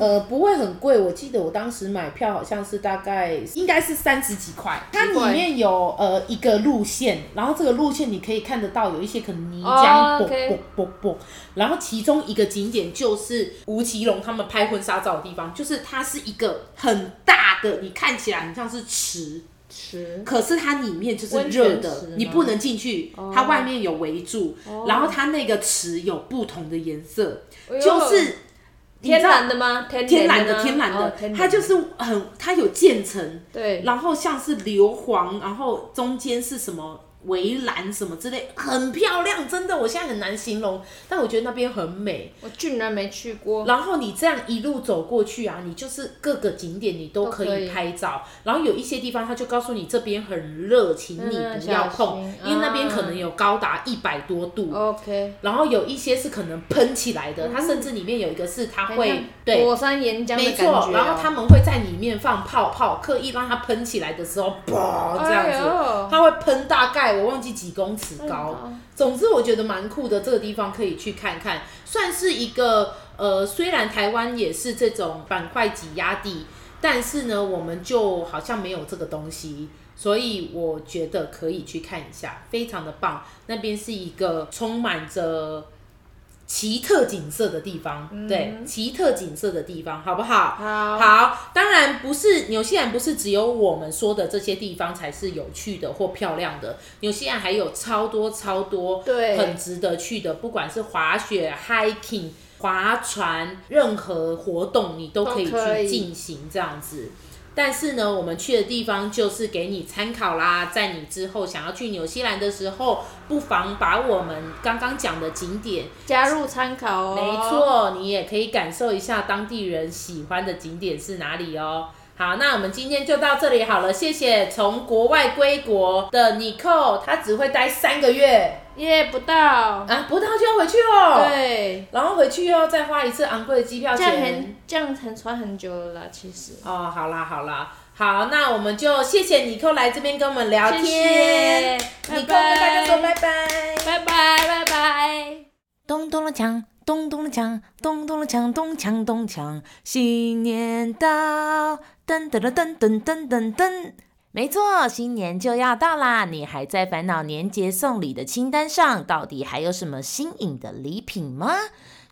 S1: 呃，不会很贵，我记得我当时买票好像是大概应该是三十几块。它
S2: 奇怪
S1: 里面有呃一个路线，然后这个路线你可以看得到有一些可能泥
S2: 哦
S1: 浆啵啵
S2: OK
S1: 啵啵，然后其中一个景点就是吴奇隆他们拍婚纱照的地方，就是它是一个很大的，你看起来很像是池，
S2: 吃，
S1: 可是它里面就是
S2: 温泉
S1: 热
S2: 池
S1: 的
S2: 吗，哦
S1: 你不能进去。它外面有围住，然后它那个池有不同的颜色，
S2: 哎呦
S1: 就是你
S2: 天
S1: 知道
S2: 然的吗？天
S1: 天然
S2: 然
S1: 的
S2: 吗
S1: 天然
S2: 哦
S1: 的
S2: 天，然
S1: 它就是很它有渐层，
S2: 对，
S1: 然后像是硫磺，然后中间是什么围栏什么之类，很漂亮，真的，我现在很难形容，但我觉得那边很美。
S2: 我居然没去过，
S1: 然后你这样一路走过去啊，你就是各个景点你都可
S2: 都可
S1: 以
S2: 以
S1: 拍照。然后有一些地方他就告诉你这边很热，请你
S2: 嗯嗯
S1: 不要碰，
S2: 小心
S1: 因为那边可能有高达一百多度。
S2: OK，
S1: 然后有一些是可能喷起来的，
S2: 嗯
S1: 它甚至里面有一个是它会对。
S2: 火山岩浆
S1: 没
S2: 的感
S1: 错，
S2: 觉，啊哦
S1: 然后他，们会在里面放泡泡，刻意让它喷起来的时候，
S2: 哎
S1: 砰这样子，
S2: 子，
S1: 它会喷大概我忘记几公尺高，
S2: 高，
S1: 总之，我觉得蛮酷的，这个地方可以去看看，算是一个呃，虽然台湾也是这种板块挤压地，但是呢，我们就好像没有这个东西，所以我觉得可以去看一下，非常的棒。那边是一个充满着奇特景色的地方，对，奇特景色的地方，好不好？
S2: 好，
S1: 好，当然不是纽西兰，不是只有我们说的这些地方才是有趣的或漂亮的。纽西兰还有超多超多
S2: 对
S1: 很值得去的，不管是滑雪、hiking、划船，任何活动你都可以
S2: 都可
S1: 去
S2: 以
S1: 进行这样子。但是呢，我们去的地方就是给你参考啦，在你之后想要去纽西兰的时候，不妨把我们刚刚讲的景点
S2: 加入参考哦，
S1: 没，错，你也可以感受一下当地人喜欢的景点是哪里哦。好，那我们今天就到这里好了，谢谢从国外归国的 Nicole，她只会待三个月
S2: 耶，不到，
S1: 啊，不到就要回去哦。
S2: 对，
S1: 然后回去又要再花一次昂贵的机票
S2: 这样
S1: 钱。
S2: 很这样很穿很久了啦，其实，
S1: 哦，好啦好啦，
S3: 好，那我们就谢谢尼寇来这边跟我们聊
S2: 谢
S3: 天，
S2: 谢，
S3: 尼寇跟
S2: 拜
S3: 大家说
S2: 拜，
S3: 拜拜
S2: 拜拜，拜拜。
S1: 咚咚的锵，咚咚的锵，咚咚的锵，咚锵咚锵，新年到，噔噔噔噔噔噔噔噔。没错，新年就要到啦！你还在烦恼年节送礼的清单上，到底还有什么新颖的礼品吗？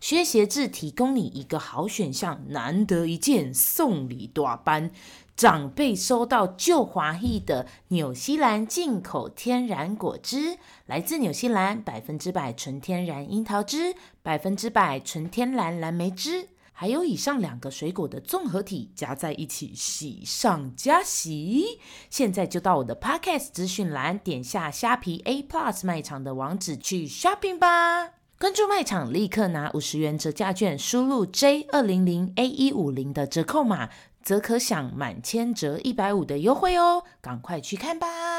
S1: 薛协志提供你一个好选项，难得一见送礼大班。长辈收到旧华裔的纽西兰进口天然果汁，来自纽西兰百分之百纯天然樱桃汁、百分之百纯天然蓝莓汁，还有以上两个水果的综合体加在一起，喜上加喜。现在就到我的 Podcast 资讯栏，点下虾皮 A Plus 卖场的网址去 shopping 吧。跟住卖场，立刻拿五十元折价券，输入 J 二零零 A 一五零的折扣码，则可享满千折一百五的优惠哦！赶快去看吧。